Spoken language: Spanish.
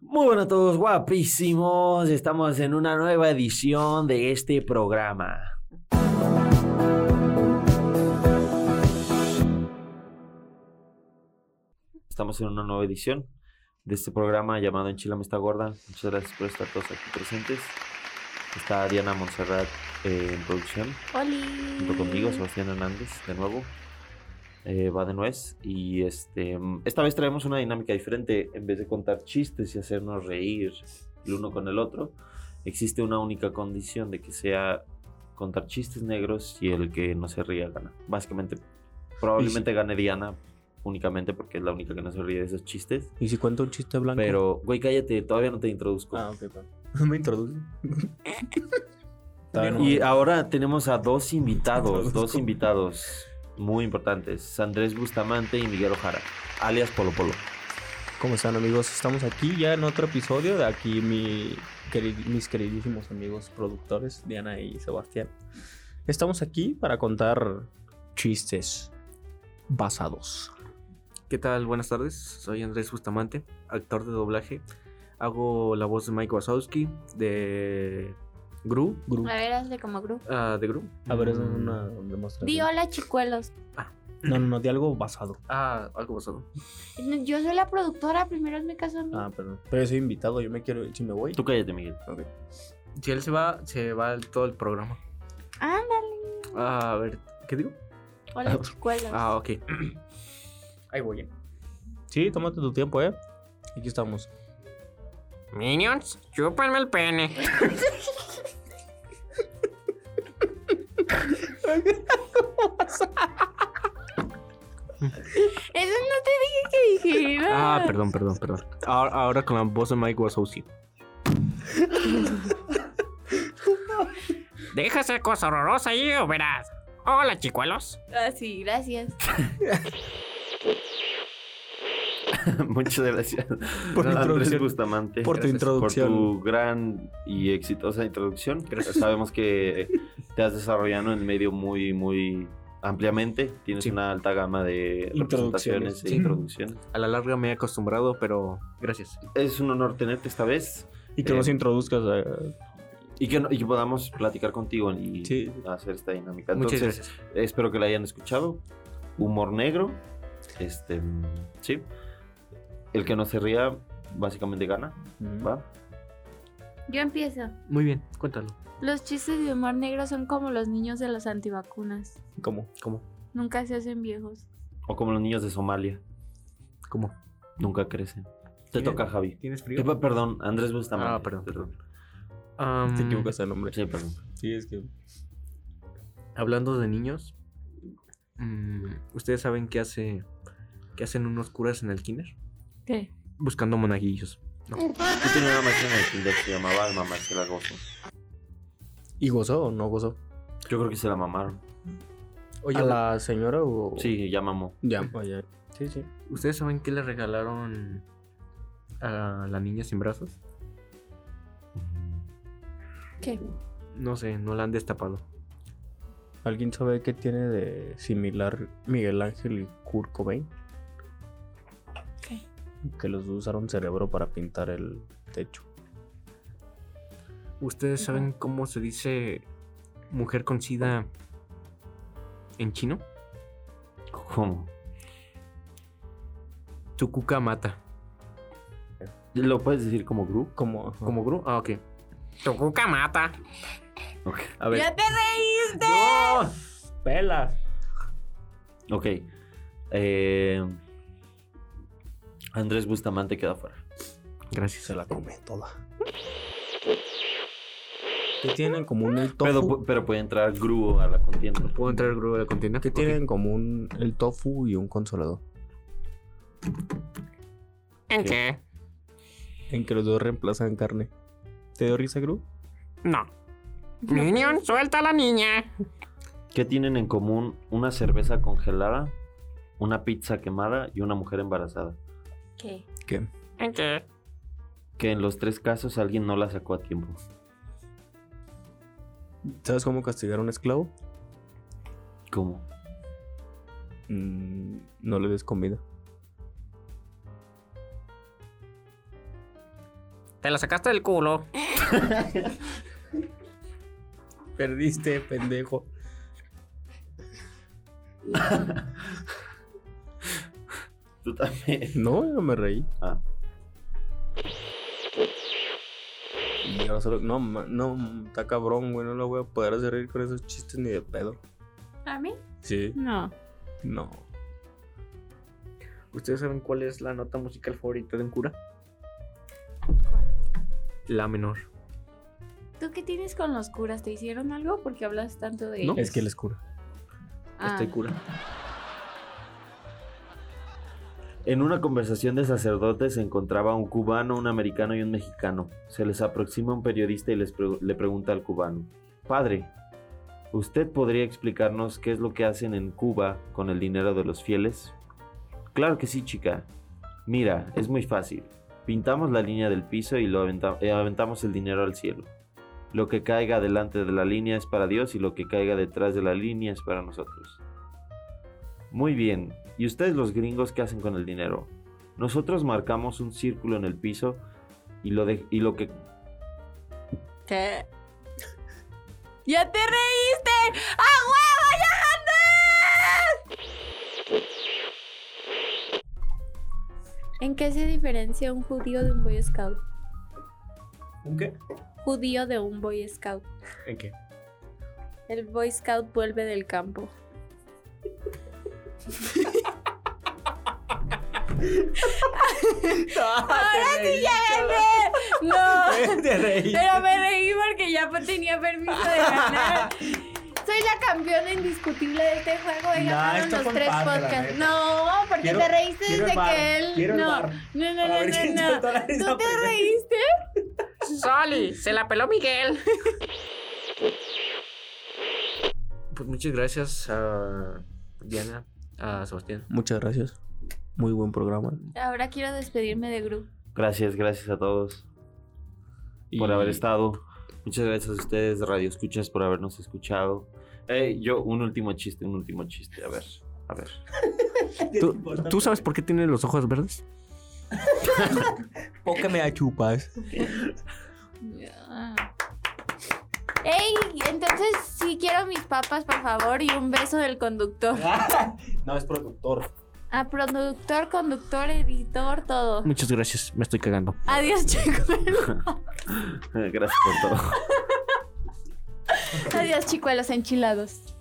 Muy buenas a todos, guapísimos. Estamos en una nueva edición de este programa. Estamos en una nueva edición de este programa llamado Enchilame está gorda. Muchas gracias por estar todos aquí presentes. Está Diana Montserrat eh, en producción, Oli. junto conmigo, Sebastián Hernández, de nuevo. Eh, va de nuez. Y este, mm, esta vez traemos una dinámica diferente. En vez de contar chistes y hacernos reír el uno con el otro, existe una única condición de que sea contar chistes negros y el que no se ría gana. Básicamente, probablemente gane Diana únicamente porque es la única que no se ríe de esos chistes. ¿Y si cuento un chiste blanco? Pero, güey, cállate, todavía no te introduzco. Ah, ok, va. Me introduce. Todavía no Y me- ahora tenemos a dos invitados, dos Introduzco. invitados muy importantes, Andrés Bustamante y Miguel Ojara, alias Polo Polo. ¿Cómo están, amigos? Estamos aquí ya en otro episodio. De aquí mi querid- mis queridísimos amigos productores, Diana y Sebastián. Estamos aquí para contar chistes basados. ¿Qué tal? Buenas tardes. Soy Andrés Bustamante, actor de doblaje. Hago la voz de Mike Wazowski, de Gru. Gru. A ver, hazle como grupo. ah, de Gru. A ver, es Mm, una demostración. Di hola, chicuelos. No, no, no, de algo basado. Ah, algo basado. No, Yo soy la productora, primero es mi caso. Ah, perdón. Pero yo soy invitado, yo me quiero ir. Si me voy, Tú cállate, Miguel. Si él se va, se va el- todo el programa. Ándale. Ah, a ver, ¿qué digo? Hola, chicuelos. Ah, ok. Ahí voy. ¿eh? Sí, tómate tu tiempo, ¿eh? Aquí estamos. Minions, chúpanme el pene. Eso no te dije que dijera. Ah, perdón, perdón, perdón. Ahora, ahora con la voz de Mike Wazowski. Deja esa cosa horrorosa ahí o verás. Hola, chicuelos. Ah, sí, gracias. Muchas gracias. Por tu Andrés introducción. Bustamante. Por tu Gracias introducción. Por tu gran y exitosa introducción. Sabemos que te has desarrollado en el medio muy, muy ampliamente. Tienes Sí. una alta gama de Introducciones. representaciones e Sí. introducciones. A la larga me he acostumbrado, pero gracias. Es un honor tenerte esta vez Y que Eh, nos introduzcas eh. a... y que, no- y que podamos platicar contigo y Sí. hacer esta dinámica. Muchas Entonces, gracias. Espero que la hayan escuchado. Humor negro. Este, mm, sí. El que no se ría, básicamente gana. ¿va? Yo empiezo. Muy bien, cuéntalo. Los chistes de humor negro son como los niños de los antivacunas. ¿Cómo? ¿Cómo? Nunca se hacen viejos. O como los niños de Somalia, ¿Cómo? nunca crecen. Te Bien. toca, Javi. ¿Tienes Eh, frío? pe- perdón, Andrés Bustamante. Ah, perdón, perdón. Um, Am, Te equivocas de nombre. Sí, perdón. Sí, es que... Hablando de niños, mm, ¿ustedes saben qué hace qué hacen unos curas en el kinder? ¿Qué? Buscando monaguillos. Yo tenía una maestra en el kinder que se llamaba Alma Marcela Gozo. ¿Y gozó o no gozó? Yo creo que se la mamaron. Oye, ¿A la señora o...? Oh. Sí, ya mamó. Ya, oye. Sí, sí. ¿ustedes saben qué le regalaron a la niña sin brazos? ¿Qué? No sé, no la han destapado. ¿Alguien sabe qué tiene de similar Miguel Ángel y Kurt Cobain? ¿Qué? Que los dos usaron cerebro para pintar el techo. ¿Ustedes Ujú. saben cómo se dice mujer con sida en chino? ¿Cómo? Tsukuka mata. ¿Lo puedes decir como Gru? Como... ajá. ¿Como gru? Ah, ok. Tucuca mata. Ok. A ver. ¡Ya te reíste! ¡Pelas! Ok. Eh, Andrés Bustamante queda fuera. Gracias. Se la come toda. ¿Qué tienen en común el tofu? Pero, pu- pero puede entrar Gru a la contienda. ¿Puedo entrar al grupo de la contienda? ¿Qué pues, Ok. tienen en común el tofu y un consolador? ¿En qué? En que los dos reemplazan carne. ¿Te dio risa, Gru? No. Minion, suelta a la niña. ¿Qué tienen en común una cerveza congelada, una pizza quemada y una mujer embarazada? ¿Qué? ¿Qué? ¿En qué? Que en los tres casos alguien no la sacó a tiempo. ¿Sabes cómo castigar a un esclavo? ¿Cómo? Mm, no le des comida. Te la sacaste del culo. Perdiste, pendejo. Tú también. No, yo no me reí. Ah, Y ahora solo- No, ma- no, está cabrón, güey. No la voy a poder hacer reír con esos chistes ni de pedo. ¿A mí? Sí. No. No. ¿Ustedes saben cuál es la nota musical favorita de un cura? La menor. ¿Tú qué tienes con los curas? ¿Te hicieron algo? Porque hablas tanto de ellos. Es que les cura. Ah, Estoy cura. En una conversación de sacerdotes se encontraba un cubano, un americano y un mexicano. Se les aproxima un periodista y les pregu- le pregunta al cubano, Padre, ¿usted podría explicarnos qué es lo que hacen en Cuba con el dinero de los fieles? Claro que sí, chica. Mira, es muy fácil. Pintamos la línea del piso y lo aventa- eh, aventamos el dinero al cielo. Lo que caiga delante de la línea es para Dios y lo que caiga detrás de la línea es para nosotros. Muy bien. ¿Y ustedes los gringos qué hacen con el dinero? Nosotros marcamos un círculo en el piso y lo, de- y lo que... ¿Qué? ¡Ya te reíste! ¡A huevo, ya gané! ¿En qué se diferencia un judío de un boy scout? ¿Un qué? Judío de un boy scout. ¿En qué? El boy scout vuelve del campo. ¡Ahora sí ya gané! ¡No! Te reí. Pero me reí porque ya po- tenía permiso de ganar. Soy la campeona indiscutible de este juego. He Nah, ganado esto los fue tres empate, la podcasts. neta. No, porque Quiero- te reíste quiero el desde bar, que él. quiero el No, bar, no, no, para no, ver quién no. soltó la risa ¿Tú te primero. reíste? Soli, se la peló Miguel. Pues muchas gracias a Diana, a Sebastián. Muchas gracias. Muy buen programa. Ahora quiero despedirme de Gru. Gracias, gracias a todos por Y- haber estado. Muchas gracias a ustedes, Radio Escuchas, por habernos escuchado. Eh, yo, un último chiste, un último chiste. A ver, a ver. ¿Tú, tú sabes por qué tiene los ojos verdes? ¿Por qué me achupas? Ey, entonces sí quiero mis papas, por favor, y un beso del conductor. no, es productor. A productor, conductor, editor, todo. Muchas gracias, me estoy cagando. Adiós, chicos. gracias por todo. Adiós, chicos, los enchilados.